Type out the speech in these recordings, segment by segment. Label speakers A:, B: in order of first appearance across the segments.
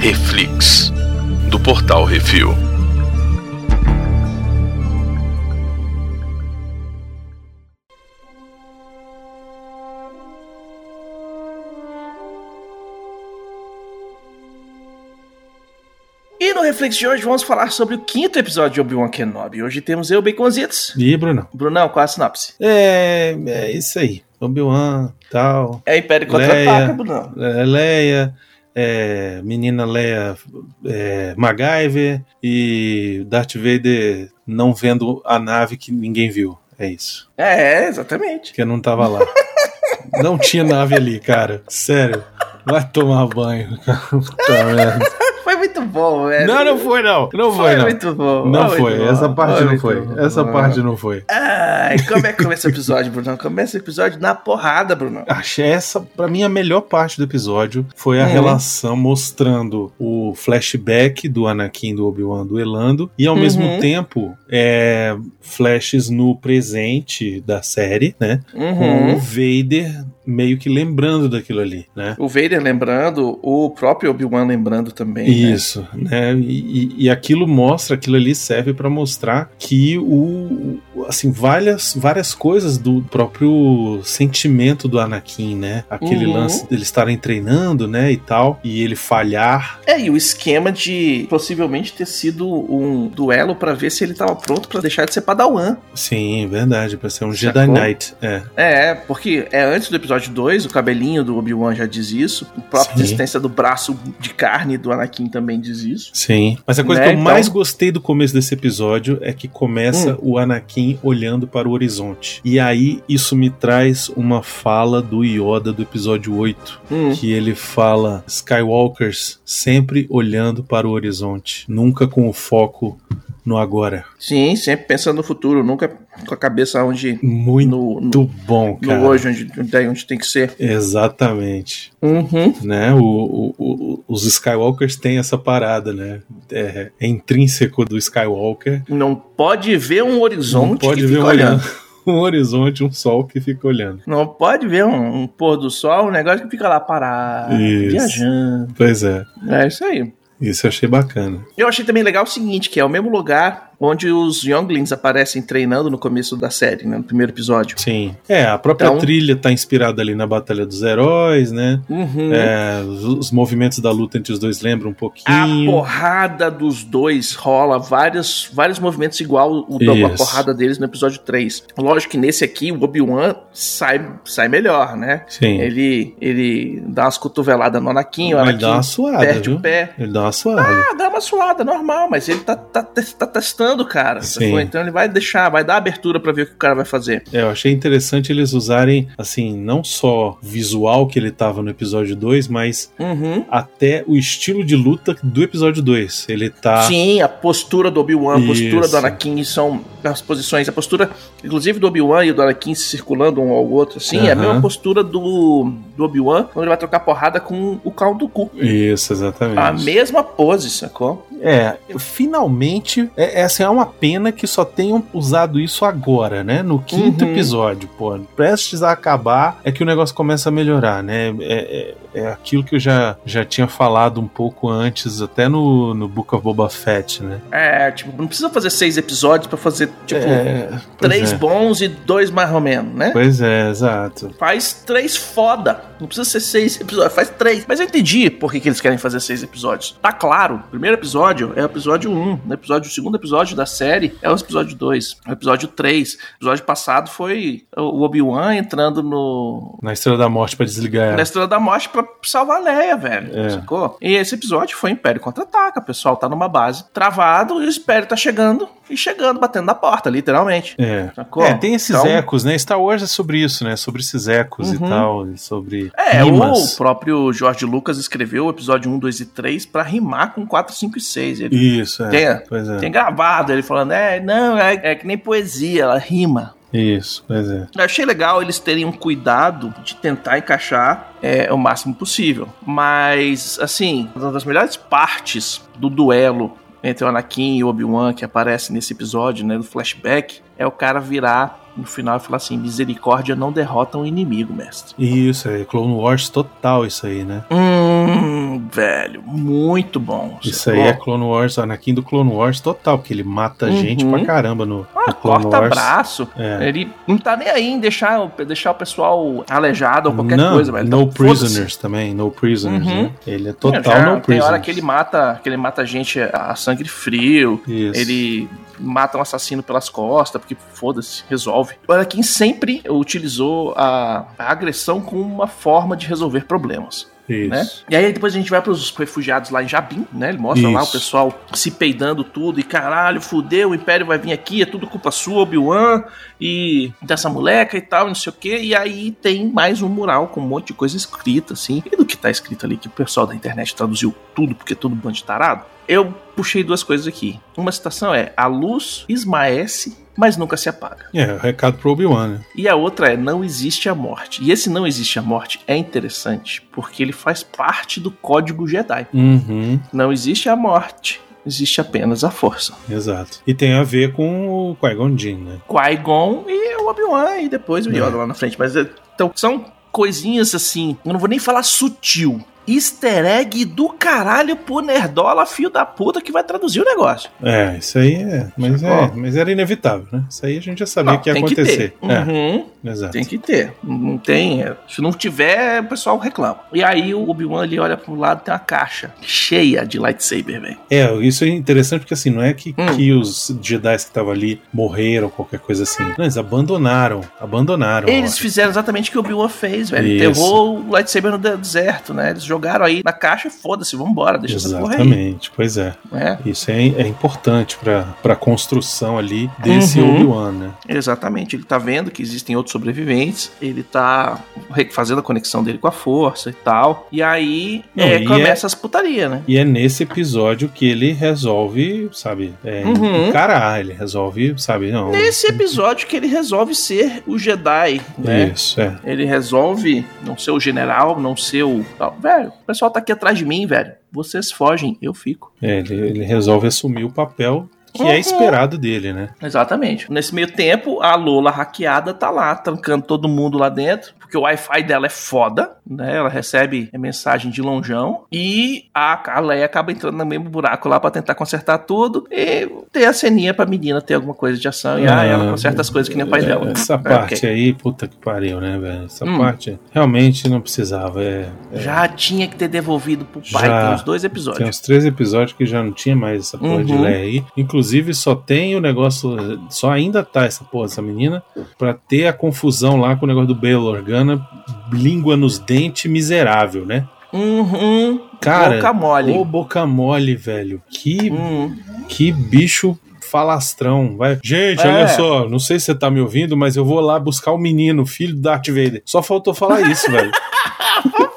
A: Reflix, do portal Refil.
B: E no Reflex de hoje vamos falar sobre o quinto episódio de Obi-Wan Kenobi. Hoje temos eu, Baconzitos.
C: E Brunão?
B: Brunão, qual a sinopse?
C: É, é isso aí. Obi-Wan, tal.
B: É Império
C: Leia.
B: Contra-Ataca, Brunão.
C: é, Leia, é, menina Leia é, MacGyver e Darth Vader não vendo a nave que ninguém viu. É isso.
B: É, exatamente.
C: Porque eu não tava lá. não tinha nave ali, cara. Sério. Vai tomar banho. Puta merda.
B: Foi É muito bom, velho.
C: Não, não foi, não. Não foi, não.
B: muito bom.
C: Não
B: muito
C: foi.
B: bom,
C: Essa parte não
B: muito
C: foi.
B: bom.
C: Essa parte não foi.
B: Ai, como é que começa o episódio, Brunão? Começa o episódio na porrada, Brunão.
C: Achei essa, pra mim, a melhor parte do episódio foi a
B: Uhum.
C: relação mostrando o flashback do Anakin, do Obi-Wan, do Elando, e ao
B: Uhum.
C: mesmo tempo é, flashes no presente da série, né? Com o
B: Uhum.
C: Vader meio que lembrando daquilo ali, né?
B: O Vader lembrando, o próprio Obi-Wan lembrando também. né?
C: Isso, né? E, e- e aquilo mostra, aquilo ali serve pra mostrar que o o- assim várias várias coisas do próprio sentimento do Anakin, né? Aquele
B: Uhum.
C: lance deles estarem treinando, né, e tal, e ele falhar.
B: É, e o esquema de possivelmente ter sido um duelo pra ver se ele tava pronto pra deixar de ser Padawan.
C: Sim, verdade, pra ser um
B: Sacou?
C: Jedi Knight, é.
B: É, porque é antes do episódio 2, o cabelinho do Obi-Wan já diz isso, a própria
C: Sim.
B: existência do braço de carne do Anakin também diz isso.
C: Sim. Mas a coisa
B: Né,
C: que eu
B: então- Hum.
C: mais gostei do começo desse episódio é que começa o Anakin olhando para o horizonte. E aí isso me traz uma fala do Yoda do episódio 8.
B: Hum.
C: que ele fala Skywalkers sempre olhando para o horizonte, nunca com o foco no agora.
B: Sim, sempre pensando no futuro, nunca com a cabeça onde.
C: Muito
B: no, no,
C: bom,
B: no
C: cara.
B: hoje, onde, onde, é- onde tem que ser.
C: Exatamente,
B: Uhum.
C: né? O, o- o- os Skywalkers têm essa parada, né? É, é intrínseco do Skywalker.
B: Não pode ver um horizonte
C: Não pode
B: que
C: ver
B: fica
C: um
B: olhando.
C: um horizonte, um sol que fica olhando.
B: Não pode ver um, um pôr do sol, um negócio que fica lá parado,
C: Isso.
B: viajando.
C: Pois é,
B: É isso aí.
C: isso eu achei bacana.
B: Eu achei também legal o seguinte, que é o mesmo lugar onde os Younglings aparecem treinando no começo da série, né, no primeiro episódio.
C: Sim. É, a própria
B: Então-
C: trilha tá inspirada ali na Batalha dos Heróis, né?
B: Uhum.
C: É, os, os movimentos da luta entre os dois lembram um
B: A
C: pouquinho.
B: porrada dos dois rola vários, vários movimentos igual o da
C: Isso.
B: a porrada deles no episódio 3. Lógico que nesse aqui o Obi-Wan sai, sai melhor, né?
C: Sim. Ele,
B: Ele, ele dá umas cotoveladas no Anakin, o
C: dá uma
B: Anakin
C: suada,
B: perde
C: viu?
B: o pé.
C: Ele dá uma suada.
B: Ah, dá uma suada, normal, mas ele tá, tá, te- tá testando o cara.
C: Sim.
B: sacou? Então ele vai deixar, vai dar abertura pra ver o que o cara vai fazer.
C: É, eu achei interessante eles usarem, assim, não só o visual que ele tava no episódio 2, mas
B: Uhum.
C: até o estilo de luta do episódio 2. Ele tá.
B: Sim, a postura do Obi-Wan, a postura
C: Isso.
B: do Anakin são as posições. A postura, inclusive, do Obi-Wan e do Anakin se circulando um ao outro, assim, é a
C: Aham.
B: mesma postura do, do Obi-Wan quando ele vai trocar porrada com o caldo do cu.
C: Isso, exatamente.
B: A mesma pose, sacou?
C: É, finalmente, é, é, assim, é uma pena que só tenham usado isso agora, né? No quinto
B: Uhum.
C: episódio, pô. Prestes a acabar, é que o negócio começa a melhorar, né? É, é, é aquilo que eu já, já tinha falado um pouco antes, até no, no Book of Boba Fett, né?
B: É, tipo, não precisa fazer seis episódios pra fazer, tipo,
C: É, pois
B: três
C: é.
B: bons e dois mais ou menos, né?
C: Pois é, exato.
B: Faz três foda. Não precisa ser seis episódios, faz três. Mas eu entendi por que, que eles querem fazer seis episódios. Tá claro, o primeiro episódio é o episódio 1. O, episódio, o segundo episódio da série é o episódio 2. O episódio 3. O episódio passado foi o Obi-Wan entrando no.
C: Na Estrela da Morte pra desligar
B: Na
C: ela.
B: Estrela da Morte pra salvar a Leia, velho.
C: É.
B: Sacou? E esse episódio foi Império Contra-Ataca. O pessoal tá numa base travado e o Império tá chegando e chegando, batendo na porta, literalmente.
C: É.
B: Sacou?
C: É, tem esses
B: Então-
C: ecos, né? Star Wars é sobre isso, né? Sobre esses ecos e
B: Uhum.
C: tal, e sobre
B: É,
C: rimas.
B: o próprio Jorge Lucas escreveu o episódio 1, 2 e 3 pra rimar com 4, 5 e 6. Ele
C: Isso, é.
B: Tem-
C: Pois é.
B: tem gravado ele falando, é, não, é, é que nem poesia, ela rima.
C: Isso, pois é.
B: Eu achei legal eles terem um cuidado de tentar encaixar é, o máximo possível. Mas, assim, uma das melhores partes do duelo entre o Anakin e o Obi-Wan que aparece nesse episódio, né, do flashback, é o cara virar no final e falar assim, misericórdia não derrota um inimigo, mestre.
C: Isso, é Clone Wars total isso aí, né?
B: Hum, Hum, velho, muito bom.
C: Isso aí é Clone Wars, Anakin do Clone Wars total, que ele mata
B: Uhum.
C: gente pra caramba no,
B: Ah,
C: no Clone
B: corta
C: Wars.
B: braço.
C: É.
B: Ele não tá nem aí em deixar, o- deixar o pessoal aleijado ou qualquer
C: não,
B: coisa, velho.
C: No
B: Então, foda-se.
C: Prisoners também, No Prisoners,
B: Uhum.
C: né? Ele é
B: É,
C: total
B: já
C: No
B: Tem
C: Prisoners.
B: hora que ele mata, que ele mata gente a sangue frio.
C: Isso.
B: Ele mata um assassino pelas costas, porque foda-se, resolve. O Anakin sempre utilizou a, a agressão como uma forma de resolver problemas.
C: Isso.
B: Né? E aí depois a gente vai pros refugiados lá em Jabim, né? Ele mostra lá o
C: Isso.
B: pessoal se peidando tudo e caralho, fudeu, o Império vai vir aqui, é tudo culpa sua, Obi-Wan e dessa moleca e tal, não sei o quê. E aí tem mais um mural com um monte de coisa escrita, assim. E do que tá escrito ali, que o pessoal da internet traduziu tudo, porque é todo bando de tarado. Eu puxei duas coisas aqui. Uma citação é: a luz esmaece, mas nunca se apaga.
C: É, o recado pro Obi-Wan, né?
B: E a outra é Não Existe a Morte. E esse Não Existe a Morte é interessante porque ele faz parte do código Jedi.
C: Uhum,
B: Não existe a morte, existe apenas a força.
C: exato. E tem a ver com o Qui-Gon Jinn, né?
B: Qui-Gon e o Obi-Wan e depois o Yoda lá na frente. Mas é, então são coisinhas assim, eu não vou nem falar sutil. Easter egg do caralho pro nerdola, filho da puta, que vai traduzir o negócio.
C: É, isso aí é. Mas, é,
B: Sacou?
C: mas era inevitável, né? Isso aí a gente já sabia
B: Não,
C: que ia
B: tem
C: acontecer.
B: Que ter. Uhum.
C: É, exato.
B: Tem que ter. Não tem. é, Se não tiver, o pessoal reclama. E aí o Obi-Wan ele olha pro lado tem uma caixa cheia de lightsaber, velho.
C: É, isso é interessante porque assim, não é que,
B: Hum.
C: que os Jedi que estavam ali morreram ou qualquer coisa assim. Não, eles abandonaram. Abandonaram. a
B: Eles
C: ordem.
B: fizeram exatamente o que o Obi-Wan fez, velho.
C: É Isso.
B: Enterrou o lightsaber no deserto, né? Eles jogaram aí na caixa e foda-se, vambora, deixa essa porra aí.
C: Exatamente, pois é.
B: né?
C: Isso é, é importante pra pra construção ali desse
B: Uhum.
C: Obi-Wan, né?
B: Exatamente. Ele tá vendo que existem outros sobreviventes, ele tá re- fazendo a conexão dele com a força e tal. E aí
C: Não,
B: é,
C: e
B: começa as putaria, né?
C: E é nesse episódio que ele resolve, sabe, é,
B: Uhum.
C: encarar, ele resolve, sabe, não.
B: Nesse episódio que ele resolve ser o Jedi, né?
C: Isso, é.
B: Ele resolve não ser o general, não ser o. tal. Velho, o pessoal tá aqui atrás de mim, velho. Vocês fogem, eu fico.
C: É, ele, ele resolve assumir o papel que
B: Uhum.
C: é esperado dele, né?
B: Exatamente. Nesse meio tempo, a Lola hackeada tá lá, trancando todo mundo lá dentro, porque o Wi-Fi dela é foda, né? Ela recebe mensagem de lonjão. E a, a Leia acaba entrando no mesmo buraco lá pra tentar consertar tudo. E ter a ceninha pra menina ter alguma coisa de ação. E ah,
C: Ah,
B: ela conserta as coisas que nem o pai dela.
C: Essa
B: É,
C: parte
B: ok.
C: aí, puta que pariu, né, velho? Essa
B: Hum.
C: parte realmente não precisava. É, é,
B: Já tinha que ter devolvido pro pai,
C: Já.
B: tem uns dois
C: Tem
B: episódios.
C: uns três episódios que já não tinha mais essa porra de
B: Uhum.
C: Leia aí. Inclusive, só tem o negócio. Só ainda tá essa porra, essa menina, pra ter a confusão lá com o negócio do Bail Organa, língua nos dentes miserável, né?
B: Uhum.
C: Cara,
B: Boca mole.
C: Ô boca mole, velho. Que,
B: Hum.
C: que bicho falastrão, vai. Gente,
B: É.
C: olha só, não sei se você tá me ouvindo, mas eu vou lá buscar o menino, filho do Darth Vader. Só faltou falar isso, velho.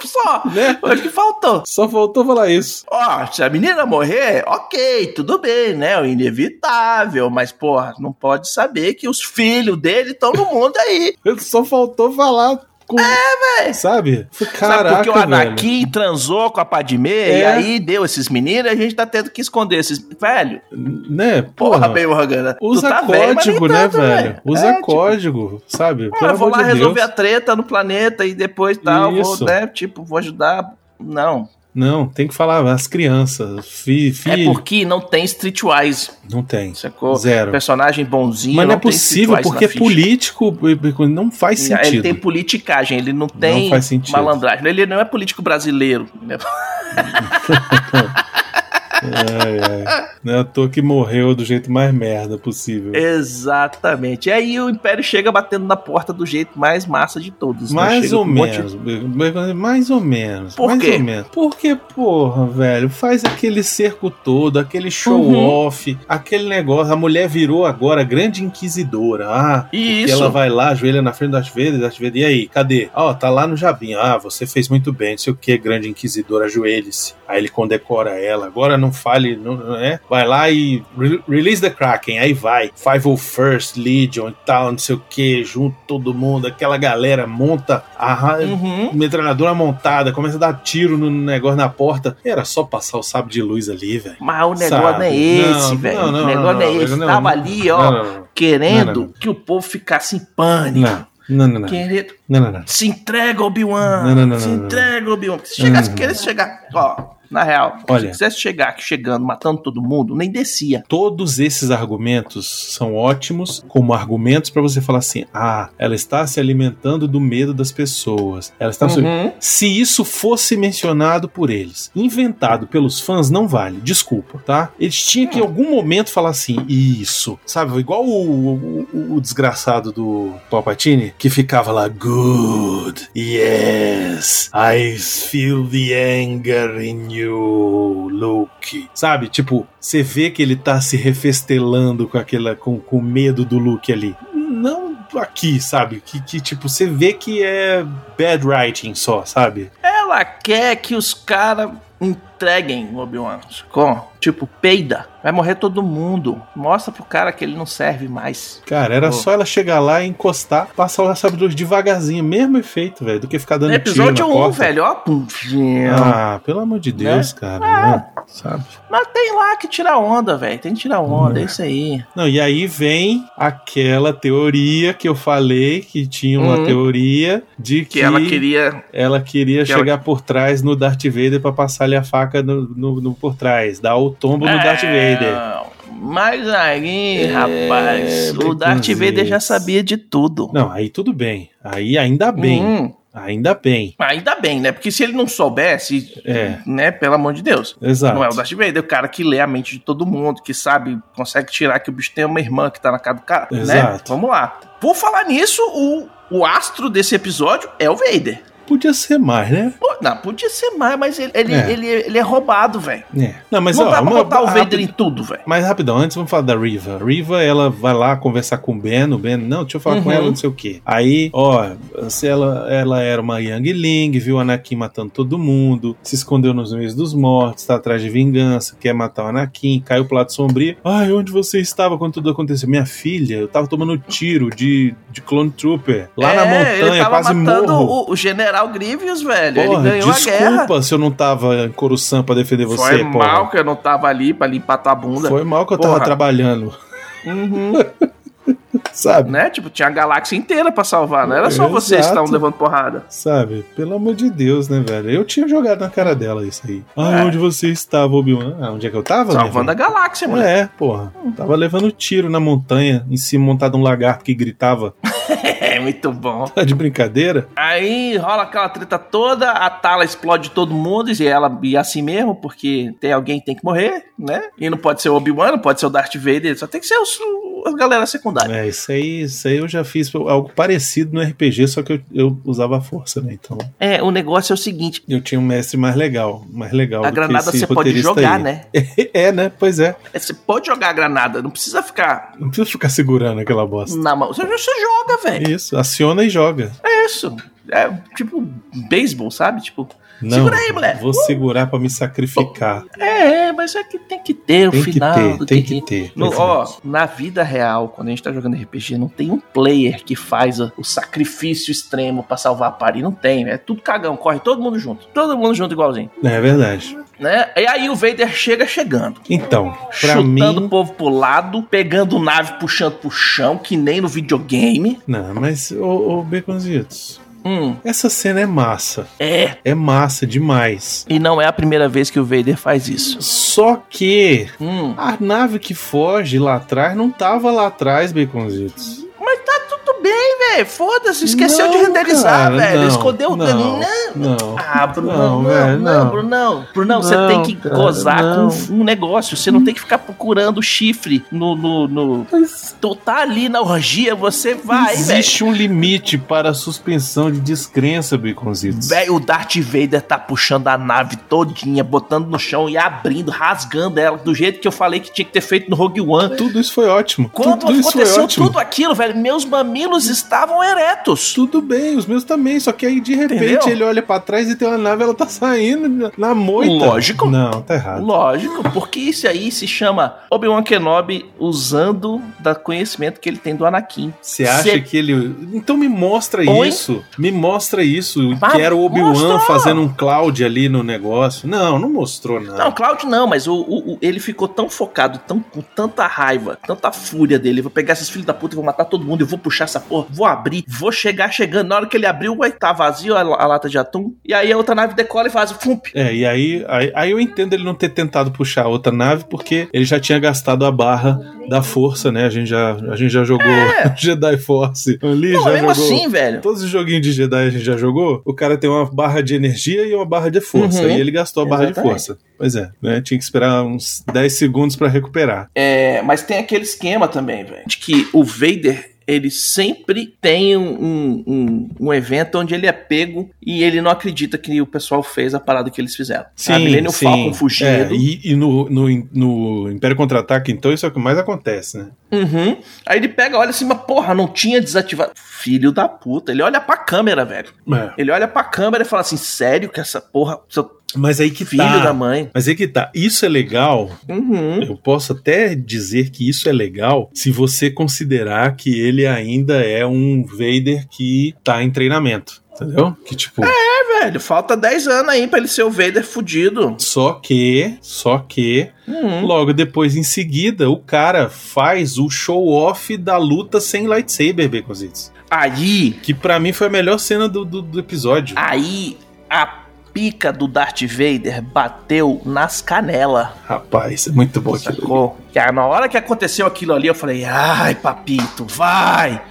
B: Só,
C: Né?
B: o que faltou.
C: Só faltou falar isso.
B: Ó, se a menina morrer, ok, tudo bem, né? O inevitável, mas, porra, não pode saber que os filhos dele estão no mundo aí.
C: Só faltou falar com. É, velho. Sabe? Caraca,
B: Sabe porque o
C: velho.
B: Anakin transou com a Padmé e
C: É.
B: aí deu esses meninos e a gente tá tendo que esconder esses. Velho,
C: Né?
B: porra,
C: Porra,
B: bem, Morgana. tu
C: usa
B: tá velho, mas nem
C: código, né,
B: tanto,
C: velho? Usa
B: É, tipo,
C: código, sabe?
B: ah, vou lá
C: Deus.
B: resolver a treta no planeta e depois tal,
C: Isso.
B: vou, né? Tipo, vou ajudar. Não.
C: Não, tem que falar as crianças. Fi,
B: É
C: filho.
B: porque não tem Streetwise,
C: Não tem.
B: sacou?
C: Zero.
B: personagem bonzinho.
C: Mas não é
B: tem
C: possível,
B: Streetwise
C: porque
B: na
C: é
B: ficha.
C: político, não faz
B: Ele
C: sentido.
B: tem politicagem, ele não tem
C: faz sentido.
B: malandragem. Ele não é político brasileiro. né?
C: É, é. Não é à toa que morreu do jeito mais merda possível.
B: Exatamente. E aí o Império chega batendo na porta do jeito mais massa de todos. né?
C: mais
B: Chega
C: ou
B: com um monte de-
C: menos. Mais ou menos.
B: Por
C: mais
B: quê?
C: ou menos. Porque, porra, velho, faz aquele cerco todo, aquele show
B: Uhum.
C: off, aquele negócio. A mulher virou agora grande inquisidora. Ah,
B: E
C: Que ela
B: isso.
C: vai lá, ajoelha na frente das vezes, das vezes, e aí, cadê? Ó, tá lá no Jabim. Ah, você fez muito bem, não sei o que, grande inquisidor, ajoelhe-se. Aí ele condecora ela. Agora não fale, não, né? Vai lá e re- release the Kraken. Aí vai. 501st Legion e tal, não sei o que, junto todo mundo, aquela galera monta a ra-
B: Uhum.
C: metralhadora montada, começa a dar tiro no negócio na porta. Era só passar o sábio de luz ali, velho.
B: Mas o negócio
C: Sabe?
B: não é
C: Não,
B: esse, velho.
C: não, não,
B: o negócio
C: não,
B: não é
C: não,
B: esse.
C: não,
B: Tava
C: não,
B: ali, ó,
C: Não, não, não.
B: querendo
C: Não, não, não.
B: que o povo ficasse em pânico.
C: Não. Não, não, não.
B: Querido,
C: Não, não, não.
B: se entrega, Obi-Wan.
C: Não, não, não,
B: se
C: não, não.
B: entrega, Obi-Wan. Porque Se chegasse,
C: Não.
B: queresse chegar. Ó, na real,
C: Olha.
B: se quisesse chegar aqui chegando, matando todo mundo, nem descia.
C: Todos esses argumentos são ótimos como argumentos para você falar assim: ah, ela está se alimentando do medo das pessoas. Ela está se
B: Uhum.
C: Se isso fosse mencionado por eles, inventado pelos fãs, não vale. Desculpa, tá? Eles tinham que em algum momento falar assim, isso. Sabe, igual o, o- o desgraçado do Palpatine, que ficava lá, good, yes, I feel the anger in you, Luke. Sabe, tipo, você vê que ele tá se refestelando com aquela, com, com o medo do Luke ali. Não aqui, sabe? Que, que tipo, você vê que é bad writing só, sabe?
B: Ela quer que os caras entreguem o Obi-Wan. sacou? Tipo, peida. Vai morrer todo mundo. Mostra pro cara que ele não serve mais.
C: Cara, era
B: Pô.
C: só ela chegar lá, encostar, passar o laço luz devagarzinho, mesmo efeito, velho, do que ficar dando
B: No episódio
C: tiro
B: 1,
C: na porta.
B: velho, ó. Pum,
C: Ah, pelo amor de Deus, cara,
B: Ah.
C: né? sabe?
B: Mas tem lá que tirar onda, velho. Tem que tirar onda, é isso aí.
C: Não, e aí vem aquela teoria que eu falei que tinha uma
B: Uhum.
C: teoria de que,
B: Que ela queria.
C: ela queria
B: que ela-
C: chegar por trás no Darth Vader pra passar-lhe a faca no, no- no- por trás, dar o tombo no
B: É,
C: Darth Vader.
B: Mas aí,
C: É,
B: rapaz, o
C: tem
B: Darth
C: coisas.
B: Vader já sabia de tudo.
C: Não, aí tudo bem. Aí ainda bem.
B: Hum,
C: Ainda bem.
B: ainda bem, né? Porque se ele não soubesse,
C: É.
B: né? Pelo amor de Deus.
C: Exato.
B: Não é o Darth Vader, é o cara que lê a mente de todo mundo, que sabe, consegue tirar que o bicho tem uma irmã que tá na cara do cara, né?
C: Exato.
B: Vamos lá. Por falar nisso, o, o astro desse episódio é o Vader.
C: Podia ser mais, né?
B: Pô, não, podia ser mais, mas ele, ele,
C: É.
B: ele, ele é roubado, velho.
C: É. Não, mas
B: Não
C: ó,
B: dá pra
C: uma-
B: botar o
C: rápido-
B: Vader em tudo, velho.
C: Mas rapidão, antes vamos falar da Riva. A Riva, ela vai lá conversar com o Ben, o Ben, não, deixa eu falar
B: Uhum.
C: com ela, não sei o quê. Aí, ó, se ela, ela era uma Yangling, viu o Anakin matando todo mundo, se escondeu nos meios dos mortos, tá atrás de vingança, quer matar o Anakin, caiu pro lado sombrio. Ai, onde você estava quando tudo aconteceu? Minha filha, eu tava tomando tiro de, de Clone Trooper, lá na
B: É, ele
C: montanha,
B: tava
C: quase
B: matando
C: morro.
B: o, o General Grievous, velho. ele
C: Porra,
B: ganhou
C: desculpa
B: a guerra.
C: se eu não tava em Coruscant pra defender você,
B: Foi
C: porra.
B: mal que eu não tava ali pra limpar tua bunda.
C: Foi mal que eu
B: Porra.
C: tava trabalhando,
B: Uhum.
C: sabe?
B: né? Tipo, tinha a galáxia inteira pra salvar, não era só vocês que
C: Exato.
B: estavam levando porrada.
C: Sabe? Pelo amor de Deus, né, velho? Eu tinha jogado na cara dela isso aí. Ah,
B: É.
C: onde você estava, Obi-Wan? Ah, onde é que eu tava?
B: Salvando a galáxia, mano.
C: É, porra. Tava levando tiro na montanha, em cima montado um lagarto que gritava.
B: É, muito bom.
C: Tá de brincadeira?
B: Aí rola aquela treta toda, a Tala explode todo mundo e ela e assim mesmo, porque tem alguém que tem que morrer, né? E não pode ser o Obi-Wan, não pode ser o Darth Vader, só tem que ser os, a galera secundária.
C: É, isso aí, isso aí eu já fiz algo parecido no RPG, só que eu, eu usava a força, né? Então
B: É. o negócio é o seguinte,
C: eu tinha um mestre mais legal, mais legal.
B: a
C: do É que
B: granada
C: esse
B: você pode
C: roteirista
B: jogar,
C: aí.
B: né?
C: É, né? Pois é.
B: É, Você pode jogar a granada, não precisa ficar
C: Não precisa ficar segurando aquela bosta.
B: na mão. Você, você joga, velho.
C: Isso, aciona e joga.
B: É isso. É tipo beisebol, sabe? Tipo,
C: Não,
B: Segura aí, moleque.
C: vou segurar pra me sacrificar.
B: é, é, mas é que tem que ter o
C: Tem que
B: final
C: ter,
B: do
C: tem
B: que
C: que ter.
B: No-
C: Pois é.
B: ó, na vida real, quando a gente tá jogando RPG, não tem um player que faz a- o sacrifício extremo pra salvar a party. Não tem, né? É tudo cagão, corre todo mundo junto. Todo mundo junto igualzinho,
C: É verdade.
B: né? E aí o Vader chega chegando,
C: Então, pra
B: chutando o
C: mim.
B: povo pro lado, pegando nave, puxando pro chão, que nem no videogame.
C: Não, mas, ô, ô Baconzitos,
B: Hum,
C: essa cena é massa.
B: é.
C: É massa demais.
B: E não é a primeira vez que o Vader faz isso.
C: Só que
B: Hum,
C: a nave que foge lá atrás não tava lá atrás, Baconzitos.
B: tá tudo bem, velho. Foda-se, esqueceu
C: Não,
B: de renderizar,
C: cara,
B: velho.
C: não,
B: Escondeu o
C: não,
B: dano.
C: Não.
B: Ah, Bruno, não,
C: Não,
B: não,
C: velho,
B: não,
C: não.
B: Bruno, não. Bruno, você
C: Não,
B: tem que
C: cara,
B: gozar
C: não.
B: com um negócio. Você não tem que ficar procurando chifre no. no, no... Tu tá ali na orgia, você vai, velho.
C: Existe um limite para a suspensão de descrença, Baconzitos.
B: Velho, o Darth Vader tá puxando a nave todinha, botando no chão e abrindo, rasgando ela, do jeito que eu falei que tinha que ter feito no Rogue One.
C: Tudo isso foi ótimo.
B: Quando
C: tudo isso foi
B: aconteceu
C: ótimo.
B: tudo aquilo, velho, meus mamilos estavam eretos.
C: Tudo bem, os meus também, só que aí de repente
B: Entendeu?
C: ele olha olha pra trás e tem uma nave, ela tá saindo na moita.
B: Lógico.
C: Não, tá errado.
B: Lógico, porque isso aí se chama Obi-Wan Kenobi usando do conhecimento que ele tem do Anakin.
C: Você acha
B: Cê-
C: que ele. Então me mostra
B: Oi?
C: isso. Me mostra isso.
B: Mas
C: que era o Obi-Wan
B: mostrou.
C: fazendo um Cloud ali no negócio. Não, não mostrou nada.
B: Ah. Não, Cláudio não, mas o, o- o- ele ficou tão focado, tão, com tanta raiva, tanta fúria dele. Eu Vou pegar esses filhos da puta, eu vou matar todo mundo, eu vou puxar essa porra, vou abrir, vou chegar chegando. Na hora que ele abriu, vai tá vazio a, a lata de atum. E aí a outra nave decola e faz o fump.
C: É, e aí, aí, aí eu entendo ele não ter tentado puxar outra nave, porque ele já tinha gastado a barra da força, né? A gente já, a gente já jogou Jedi Force ali,
B: É. Não,
C: já
B: mesmo
C: jogou.
B: assim, velho.
C: Todos os joguinhos de Jedi a gente já jogou, o cara tem uma barra de energia e uma barra de força.
B: Uhum.
C: E ele gastou a barra
B: Exatamente.
C: de força. Pois é, né? Tinha que esperar uns 10 segundos pra recuperar.
B: É, mas tem aquele esquema também, velho, de que o Vader. Ele sempre tem um, um- um- um evento onde ele é pego e ele não acredita que o pessoal fez a parada que eles fizeram. a Millennium Falcon fugindo.
C: É, e e no, no, no Império Contra-Ataque, então, isso é o que mais acontece, né?
B: Uhum. Aí ele pega, olha assim, mas porra, não tinha desativado. Filho da puta. Ele olha pra câmera, velho.
C: É.
B: Ele olha pra câmera e fala assim: sério que essa porra. Seu
C: Mas aí que
B: filho
C: tá.
B: da mãe.
C: Mas aí que tá. Isso é legal.
B: Uhum.
C: Eu posso até dizer que isso é legal se você considerar que ele ainda é um Vader que tá em treinamento. Entendeu? Que tipo.
B: É, velho, falta 10 anos aí pra ele ser o Vader fudido.
C: Só que, só que,
B: Uhum.
C: logo depois, em seguida, o cara faz o show-off da luta sem lightsaber, Baconzitos.
B: Aí,
C: Que pra mim foi a melhor cena do, do, do episódio.
B: Ah. aí, a pica do Darth Vader bateu nas canelas.
C: Rapaz, é muito bom aquilo.
B: Sacou? E aí, na hora que aconteceu aquilo ali, eu falei: ai, papito, vai,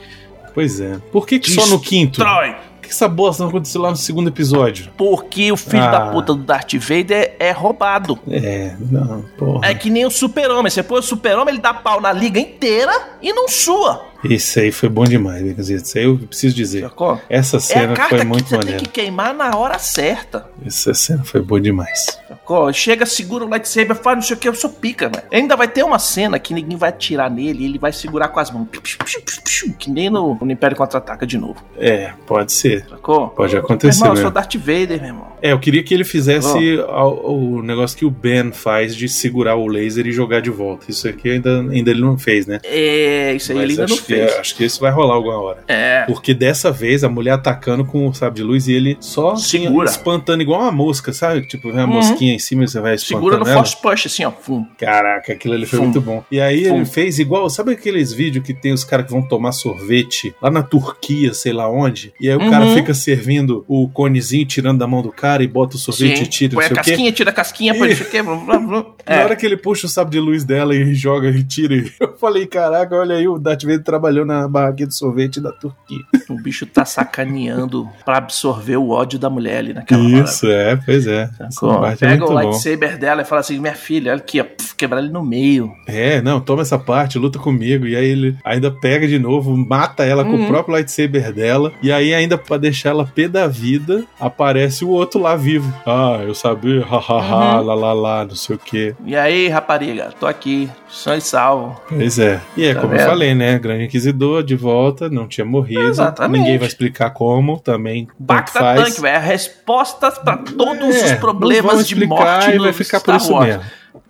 C: Pois é. Por que, que só no quinto? Por
B: Troy.
C: que que essa bosta não aconteceu lá no segundo episódio?
B: Porque o filho
C: Ah.
B: da puta do Darth Vader é roubado.
C: É, não, porra.
B: É que nem o super-homem. Você põe o super-homem, ele dá pau na liga inteira e não sua.
C: Isso aí foi bom demais, Baconzitos. Isso aí eu preciso dizer.
B: Sacou?
C: Essa
B: É
C: cena
B: a carta
C: foi
B: que
C: muito
B: você
C: maneira.
B: tem que queimar na hora certa.
C: Essa cena foi boa demais.
B: Sacou? Chega, segura o lightsaber, faz não sei o que, eu sou pica, velho. Ainda vai ter uma cena que ninguém vai atirar nele e ele vai segurar com as mãos. Piu, piu, piu, piu, piu, Que nem no, no Império Contra-Ataca de novo.
C: É, pode ser.
B: Sacou?
C: Pode
B: Meu
C: acontecer,
B: irmão, eu
C: né?
B: sou Darth Vader, meu irmão.
C: É, eu queria que ele fizesse ao- o negócio que o Ben faz de segurar o laser e jogar de volta. Isso aqui ainda, ainda ele não fez, né?
B: É, isso aí
C: Mas
B: ele ainda
C: acho
B: não
C: que,
B: fez.
C: Acho que isso vai rolar alguma hora.
B: É.
C: Porque dessa vez a mulher atacando com o sabre de luz e ele só assim,
B: Segura.
C: espantando igual uma mosca, sabe? Tipo, vem uma
B: Uhum.
C: mosquinha em cima e você vai espantando
B: Segura no
C: ela.
B: force push, assim, ó. Fum.
C: Caraca, aquilo ali foi
B: Fum.
C: muito bom. um E aí ele
B: Fum.
C: fez igual, sabe aqueles vídeos que tem os caras que vão tomar sorvete lá na Turquia, sei lá onde? E aí o
B: Uhum.
C: cara fica servindo o conezinho, tirando da mão do cara e bota o sorvete e tira, não
B: Põe a
C: sei o quê.
B: casquinha, tira a casquinha, põe não sei o quê. blá, blá, blá.
C: Na
B: É.
C: hora que ele puxa o sabre de luz dela e joga e tira, eu falei, caraca, olha aí, o Darth Vader trabalhou na barraquinha de sorvete da Turquia.
B: O bicho tá sacaneando pra absorver o ódio da mulher ali naquela
C: Isso, é, pois é.
B: hora.
C: Essa
B: Sacou?
C: parte é
B: Pega
C: muito
B: o
C: bom.
B: lightsaber dela e fala assim: minha filha, olha aqui, ó, pf, quebrar ele no meio.
C: É, não, toma essa parte, luta comigo. E aí ele ainda pega de novo, mata ela com o
B: Uhum.
C: próprio lightsaber dela. E aí, ainda pra deixar ela pé da vida, aparece o outro lá vivo. Ah, eu sabia, hahaha,
B: Uhum.
C: lá lá lá, não sei o quê.
B: E aí, rapariga, tô aqui, são e salvo.
C: Pois é. E é
B: Tá
C: como eu
B: vendo?
C: falei, né? Grande Inquisidor de volta, não tinha morrido.
B: Exatamente.
C: Ninguém vai explicar como, também. tanto
B: Bacta
C: faz.
B: tanque, velho. Respostas pra todos
C: É,
B: os
C: não
B: problemas
C: vamos
B: de
C: explicar
B: morte
C: e
B: no
C: vai ficar por
B: Star
C: isso
B: Wars.
C: mesmo.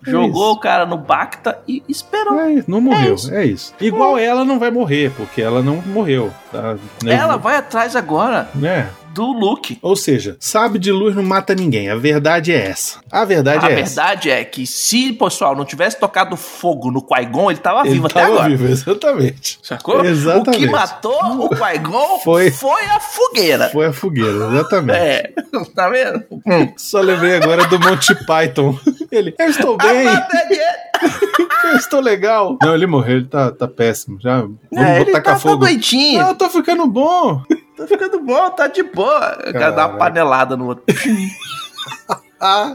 C: É
B: Jogou
C: isso.
B: o cara no Bacta e esperou.
C: É, não morreu, é isso.
B: isso. É.
C: Igual ela não vai morrer, porque ela não morreu. Tá, né?
B: Ela vai atrás agora
C: Né?
B: do Luke.
C: Ou seja, sabe de luz não mata ninguém. A verdade é essa. A verdade
B: a
C: é essa.
B: verdade é que se, pessoal, não tivesse tocado fogo no Qui-Gon, ele tava
C: Ele
B: vivo tá até
C: tava
B: agora.
C: vivo, exatamente.
B: Sacou?
C: Exatamente.
B: O que matou o Qui-Gon
C: Foi.
B: foi. a fogueira.
C: Foi Hum. a fogueira, exatamente.
B: É, tá vendo?
C: Só lembrei agora do Monty Python. Ele, eu estou bem,
B: A é bateria-
C: eu estou legal. Não, ele morreu, ele tá, tá péssimo. Já vamos
B: É, ele tá,
C: botar com
B: tá
C: fogo.
B: doentinho.
C: Não, tá ficando bom.
B: Tá ficando bom, tá de boa. O cara dá
C: Caralho.
B: uma panelada no outro.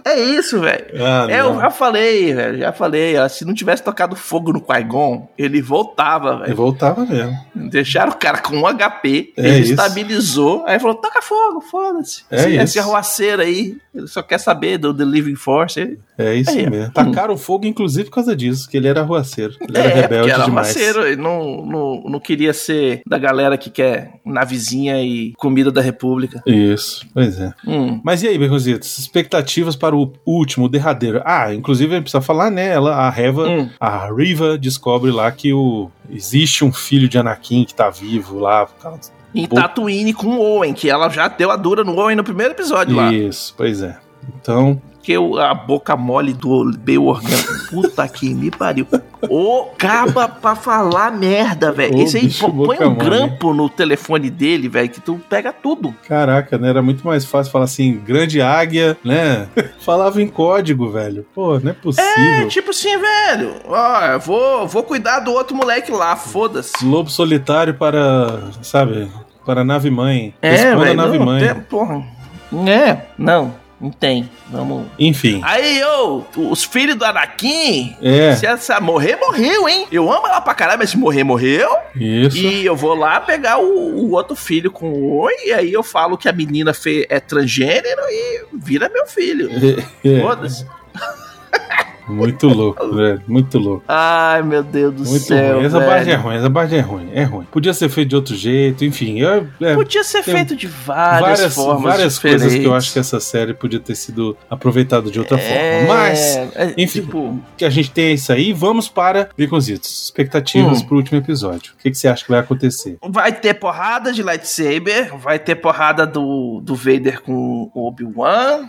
B: É isso, velho.
C: Ah,
B: É, eu
C: não.
B: já falei, velho, já falei. ó, Se não tivesse tocado fogo no Qui-Gon, ele voltava,
C: E
B: velho.
C: voltava mesmo.
B: Deixaram o cara com um HP,
C: É
B: ele
C: isso.
B: estabilizou, aí falou: toca fogo, foda-se.
C: É
B: esse,
C: isso.
B: esse arruaceiro aí, ele só quer saber do The Living Force. Ele,
C: É isso
B: Aí, ó.
C: mesmo. Tacaram fogo, inclusive, por causa disso, que ele era arruaceiro. Ele era
B: é,
C: rebelde
B: porque era
C: demais.
B: arruaceiro, ele não, não, não queria ser da galera que quer navezinha e comida da República.
C: Isso, pois é.
B: Hum.
C: Mas e aí, Beconzitos? Expectativas para o último, o derradeiro. Ah, inclusive a gente precisa falar, né? Ela, a Reva,
B: Hum.
C: a Riva descobre lá que o existe um filho de Anakin que tá vivo lá. por causa-
B: Em
C: Pô.
B: Tatooine com o Owen, que ela já deu a dura no Owen no primeiro episódio lá.
C: Isso, pois é. Então,
B: que eu- a boca mole do Beorgan. Puta que me pariu. Ô, caba pra falar merda, velho.
C: Ô,
B: Isso aí,
C: bicho,
B: pô, põe
C: boca
B: um
C: mole.
B: grampo no telefone dele, velho, que tu pega tudo.
C: caraca, né? Era muito mais fácil falar assim, grande águia, né? Falava em código, velho. Pô, não é
B: É,
C: possível.
B: tipo assim, velho. Ó, eu vou, vou cuidar do outro moleque lá, foda-se.
C: Lobo solitário para, sabe, para a nave mãe.
B: É,
C: Responda
B: velho.
C: a nave
B: não,
C: mãe.
B: tem- Porra. É, não, não tem. Vamos.
C: Enfim.
B: Aí, ô, os filhos do Anakin.
C: É,
B: Se essa morrer, morreu, hein? Eu amo ela pra caralho, mas se morrer, morreu.
C: isso.
B: E eu vou lá pegar o, o outro filho com o Oi, e aí eu falo que a menina fe- é transgênero e vira meu filho.
C: É,
B: Foda-se.
C: muito louco, velho. Muito louco.
B: Ai, meu Deus do
C: Muito
B: céu.
C: ruim. Essa parte é
B: Velho.
C: ruim, essa parte é ruim, é ruim. Podia ser feito de outro jeito, enfim. eu- é,
B: Podia ser
C: Tem
B: feito de várias,
C: várias
B: formas.
C: várias
B: diferentes.
C: coisas que eu acho que essa série podia ter sido aproveitada de outra
B: É,
C: forma. Mas
B: é,
C: enfim.
B: Tipo,
C: que a gente tem é isso aí, vamos para Beconzitos. Expectativas
B: Hum.
C: pro último episódio. O que, que você acha que vai acontecer?
B: vai ter porrada de lightsaber, vai ter porrada do, do Vader com o Obi-Wan.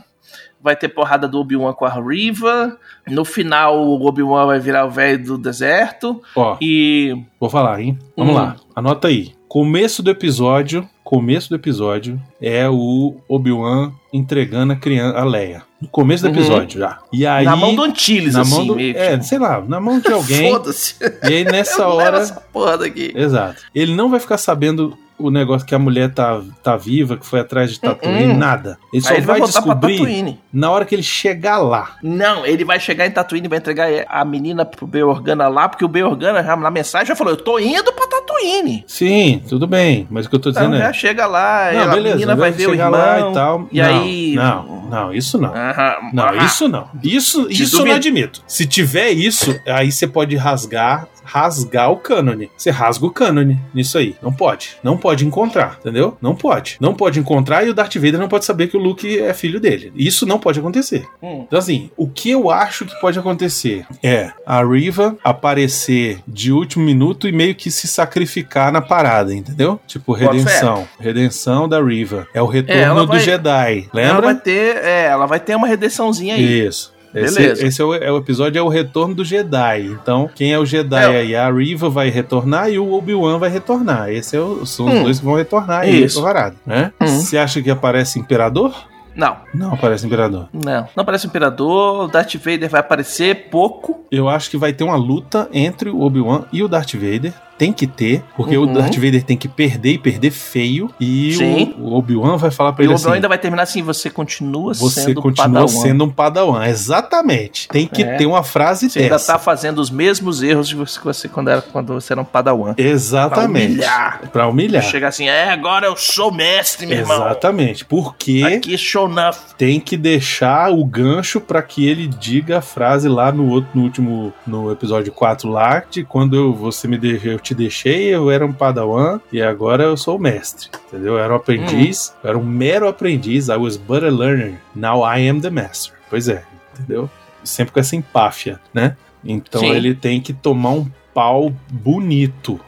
B: Vai ter porrada do Obi-Wan com a Riva. No final, o Obi-Wan vai virar o velho do deserto.
C: Ó,
B: E
C: vou falar, hein? Vamos
B: Hum.
C: lá, anota aí. Começo do episódio, começo do episódio é o Obi-Wan entregando a criança, a Leia. No começo do
B: Uhum.
C: episódio já. E aí
B: na mão do Antilles,
C: na
B: assim.
C: mão do,
B: meio que,
C: é,
B: tipo,
C: sei lá, na mão de alguém.
B: Foda-se. assim.
C: E aí nessa
B: Eu levo
C: hora.
B: essa porra daqui.
C: Exato. Ele não vai ficar sabendo o negócio que a mulher tá, tá viva, que foi atrás de Tatooine,
B: Uhum.
C: nada. Ele só
B: Aí ele vai
C: vai,
B: voltar pra
C: descobrir
B: Tatooine.
C: na hora que ele chegar lá.
B: Não, ele vai chegar em Tatooine e vai entregar a menina pro Beorgana lá, porque o Beorgana já na mensagem já falou: Eu tô indo pra Tatooine.
C: Sim, tudo bem, mas o que eu tô
B: Então
C: dizendo
B: já
C: é.
B: chega lá,
C: Não,
B: ela- a menina vai ver o
C: chegar
B: irmão.
C: lá e tal.
B: e
C: não,
B: aí-
C: Não, não, isso não.
B: Aham,
C: Não,
B: aham.
C: isso não. Isso,
B: Te
C: isso eu
B: duvido.
C: não admito. Se tiver isso, aí você pode rasgar, rasgar o cânone. Você rasga o cânone nisso aí. Não pode. Não pode encontrar, entendeu? Não pode. Não pode encontrar e o Darth Vader não pode saber que o Luke é filho dele. Isso não pode acontecer.
B: Hum.
C: Então, assim, o que eu acho que pode acontecer é a Riva aparecer de último minuto e meio que se sacrificar na parada, entendeu? Tipo,
B: Bota fé.
C: redenção. Redenção da Riva. É o retorno
B: ela
C: do
B: vai-
C: Jedi.
B: Ela
C: Lembra?
B: vai ter, é, ela vai ter uma redençãozinha aí.
C: Isso. Esse,
B: Beleza.
C: esse é, o, é o episódio é o retorno do Jedi. Então, quem é o Jedi
B: É.
C: aí? A Riva vai retornar e o Obi-Wan vai retornar. Esse é o- são os
B: Hum.
C: dois que vão retornar aí,
B: Isso.
C: essa parada, né?
B: Hum.
C: Você acha que aparece Imperador?
B: Não,
C: Não aparece Imperador.
B: não. Não aparece o Imperador, o Darth Vader vai aparecer pouco.
C: Eu acho que vai ter uma luta entre o Obi-Wan e o Darth Vader. Tem que ter, porque
B: Uhum.
C: o Darth Vader tem que perder e perder feio. E
B: Sim.
C: o, o Obi-Wan vai falar pra
B: E o
C: ele
B: Obi-Wan
C: assim:
B: ainda vai terminar assim: Você continua
C: você
B: sendo
C: continua
B: padawan.
C: sendo um padawan. Exatamente. Tem que
B: É.
C: ter uma frase
B: Você ainda
C: dessa.
B: tá fazendo os mesmos erros de você, que você quando, era, quando você era um padawan. Pra
C: Exatamente.
B: humilhar.
C: Pra humilhar.
B: Chega assim, é, agora eu sou mestre, meu irmão.
C: Exatamente. Porque
B: Aqui, show enough.
C: tem que deixar o gancho pra que ele diga a frase lá no outro no último no episódio 4 lá, de quando eu você me de- eu te deixei, eu era um padawan e agora eu sou o mestre. Entendeu? Eu era um aprendiz,
B: Hum.
C: eu era um mero aprendiz, I was but a learner. Now I am the master. Pois é, entendeu? Sempre com essa empáfia, né? Então
B: Sim.
C: ele tem que tomar um pau bonito.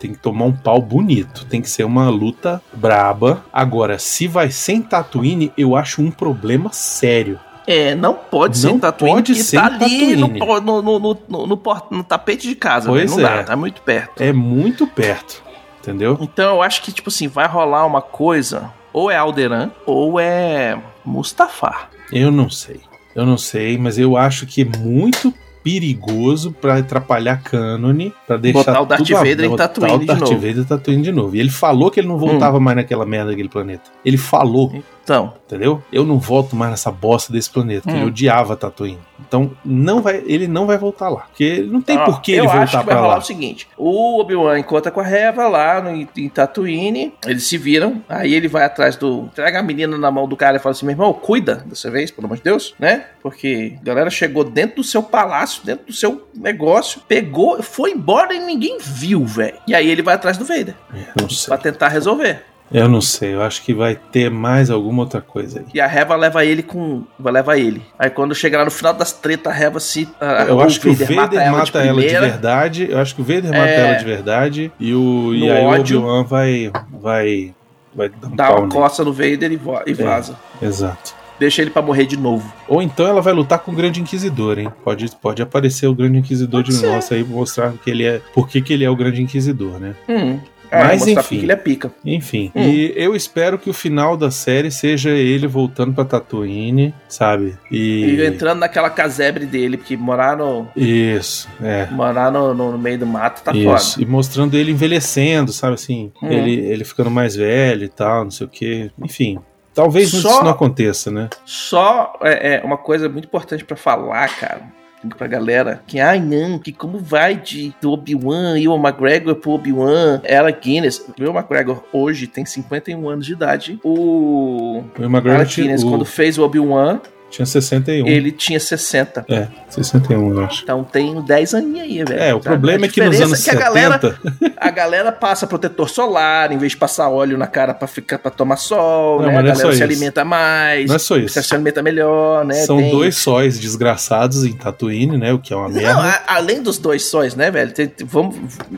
C: Tem que tomar um pau bonito. Tem que ser uma luta braba. Agora, se vai sem Tatooine, eu acho um problema sério.
B: É, não pode
C: Não
B: ser Tatooine,
C: pode
B: que
C: ser
B: tá
C: em
B: ali no,
C: Tatooine.
B: po- no, no, no, no, no por- no tapete de casa.
C: Pois
B: né? não
C: é.
B: dá, tá muito perto.
C: É muito perto. Entendeu?
B: Então eu acho que, tipo assim, vai rolar uma coisa, ou é Alderan, ou é Mustafar.
C: Eu não sei. Eu não sei, mas eu acho que é muito perigoso pra atrapalhar cânone, pra deixar
B: Botar o Darth
C: tudo a-
B: Vader em
C: botar
B: Tatooine
C: o
B: de
C: Darth
B: novo. Hum.
C: Vader em Tatooine de novo. E ele falou que ele não voltava mais naquela merda daquele planeta. Ele falou.
B: Então,
C: entendeu? Eu não volto mais nessa bosta desse planeta, porque
B: Hum.
C: ele odiava Tatooine. Então, não vai, ele não vai voltar lá, porque não tem
B: Ó,
C: por que ele
B: Ah, Eu acho
C: voltar
B: que vai
C: pra
B: rolar
C: lá.
B: o seguinte: o Obi-Wan encontra com a Reva lá no, em Tatooine, eles se viram, aí ele vai atrás do. Entrega a menina na mão do cara e fala assim: meu irmão, cuida dessa vez, pelo amor de Deus, né? Porque a galera chegou dentro do seu palácio, dentro do seu negócio, pegou, foi embora e ninguém viu, velho. E aí ele vai atrás do Vader
C: É, não sei.
B: pra tentar resolver.
C: Eu não sei, eu acho que vai ter mais alguma outra coisa aí.
B: E a Reva leva ele com. Vai levar ele. Aí quando chegar lá no final das tretas, a Reva se. a-
C: Eu
B: Ah, o
C: acho que o Vader mata, ela, de
B: primeira.
C: verdade. Eu acho que o Vader mata
B: É.
C: ela de verdade. E, o, e
B: No
C: aí
B: ódio.
C: o Obi-Wan vai, vai, vai dar um
B: Dá
C: pau
B: uma
C: nele.
B: costa no Vader e,
C: É.
B: vo- e vaza.
C: Exato.
B: Deixa ele pra morrer de novo.
C: Ou então ela vai lutar com o Grande Inquisidor, hein? Pode, pode aparecer o Grande Inquisidor
B: Pode
C: de
B: ser.
C: nós aí pra mostrar que ele é, por que, que ele é o Grande Inquisidor, né?
B: Hum.
C: Mas,
B: mostrar
C: enfim.
B: porque ele é pica.
C: Enfim,
B: Hum.
C: e eu espero que o final da série seja ele voltando pra Tatooine, sabe?
B: E
C: E.
B: entrando naquela casebre dele, porque morar no,
C: Isso, é.
B: morar no, no- no meio do mato tá
C: Isso.
B: foda.
C: E mostrando ele envelhecendo, sabe assim?
B: Hum.
C: Ele, ele ficando mais velho e tal, não sei o quê. Enfim. Talvez
B: Só-
C: isso não aconteça, né?
B: Só é, é, uma coisa muito importante pra falar, cara. Pra galera, que ai não, que como vai de do Obi-Wan e o McGregor pro Obi-Wan, ela Guinness. Meu McGregor hoje tem 51 anos de idade. O
C: O McGregor
B: Alec
C: tinha,
B: Guinness,
C: o-
B: né, quando fez o Obi-Wan,
C: tinha 61.
B: ele tinha 60.
C: É, 61, eu acho.
B: Então tem 10 aninhos aí, velho.
C: É, o
B: sabe?
C: problema
B: A
C: é que nos
B: diferença
C: anos
B: é que a
C: 70.
B: galera A galera passa protetor solar em vez de passar óleo na cara pra ficar para tomar sol,
C: Não,
B: né?
C: mas
B: A
C: não é
B: galera
C: só
B: se
C: isso.
B: alimenta mais,
C: Não é só isso.
B: se alimenta melhor, né?
C: São
B: Tem-
C: dois sóis desgraçados em Tatooine, né? O que é uma
B: Não,
C: merda.
B: a- além dos dois sóis, né, velho? Tem, tem- vamos,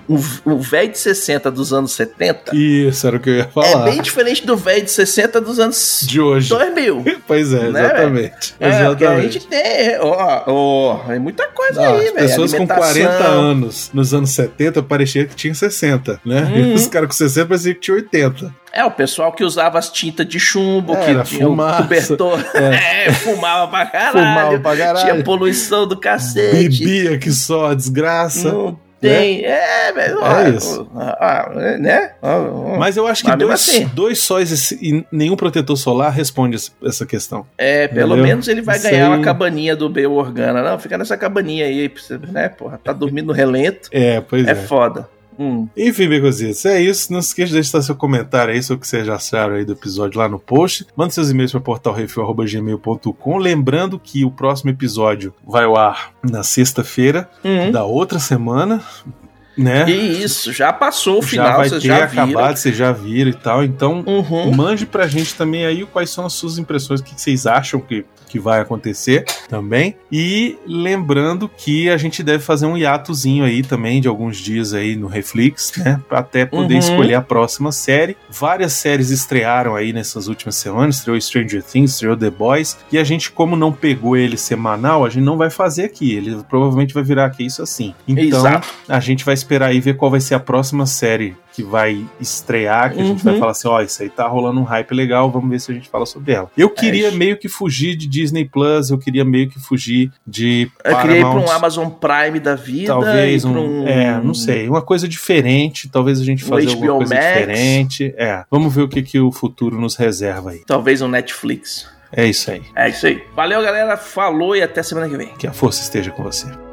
B: o o velho de 60 dos anos 70
C: Isso era o que eu ia
B: é
C: falar.
B: bem diferente do velho de 60 dos anos
C: De hoje.
B: 2000.
C: Pois é,
B: Né,
C: exatamente.
B: É, porque a
C: exatamente.
B: gente tem, ó, ó, é muita coisa
C: Ah,
B: aí,
C: as
B: velho.
C: pessoas com
B: Alimentação.
C: 40 anos nos anos 70 parecia que tinha 60, né?
B: Uhum.
C: E os caras com 60 pareciam que tinha 80.
B: É, o pessoal que usava as tintas de chumbo,
C: É,
B: que
C: era
B: tinha
C: fumaça.
B: o cobertor, é. fumava pra caralho.
C: Fumavam pra
B: Tinha
C: caralho.
B: poluição do cacete.
C: Bebia que só a desgraça.
B: Não tem. É, velho.
C: É
B: ah,
C: isso.
B: ah, ah, né? Ah, ah.
C: Mas eu acho que
B: Mas mesmo
C: dois,
B: assim.
C: dois sóis e se- e nenhum protetor solar responde esse- essa questão.
B: é, pelo
C: Entendeu?
B: menos ele vai
C: Isso
B: ganhar
C: aí-
B: uma cabaninha do Bel Organa. Não, fica nessa cabaninha aí, pra você- né, porra? Tá dormindo no relento.
C: É, pois
B: É,
C: é.
B: foda. Hum.
C: Enfim, Begozitos, é isso. Não se esqueça de deixar seu comentário aí sobre o que vocês acharam aí do episódio lá no post. Manda seus e-mails para portalrefil.gmail.com. Lembrando que o próximo episódio vai ao ar na sexta-feira
B: Hum.
C: da outra semana, né?
B: E isso, já passou o
C: já
B: final,
C: vai
B: vocês
C: ter
B: já viram.
C: acabado, vocês já viram e tal. Então,
B: Uhum.
C: mande pra gente também aí quais são as suas impressões, o que vocês acham que, que vai acontecer também. E lembrando que a gente deve fazer um hiatozinho aí também de alguns dias aí no Reflex, né? Pra até poder
B: Uhum.
C: escolher a próxima série. Várias séries estrearam aí nessas últimas semanas, estreou Stranger Things, estreou The Boys, e a gente, como não pegou ele semanal, a gente não vai fazer aqui. Ele provavelmente vai virar aqui isso assim.
B: É
C: Então,
B: Exato.
C: a gente vai esperar aí ver qual vai ser a próxima série que vai estrear, que a gente
B: Uhum.
C: vai falar assim, ó, isso aí tá rolando um hype legal, vamos ver se a gente fala sobre ela. Eu queria
B: isso.
C: meio que fugir de Disney Plus, eu queria meio que fugir de
B: Eu criei pra um
C: Paramount,
B: Amazon Prime da vida.
C: talvez
B: e pra
C: um, é, não sei, uma coisa diferente, talvez a gente
B: Um
C: fazer alguma
B: HBO
C: coisa
B: Max.
C: diferente. É, vamos ver o que que o futuro nos reserva aí.
B: Talvez um Netflix.
C: É isso aí.
B: É isso aí. Valeu, galera. Falou e até semana que vem.
C: Que a força esteja com você.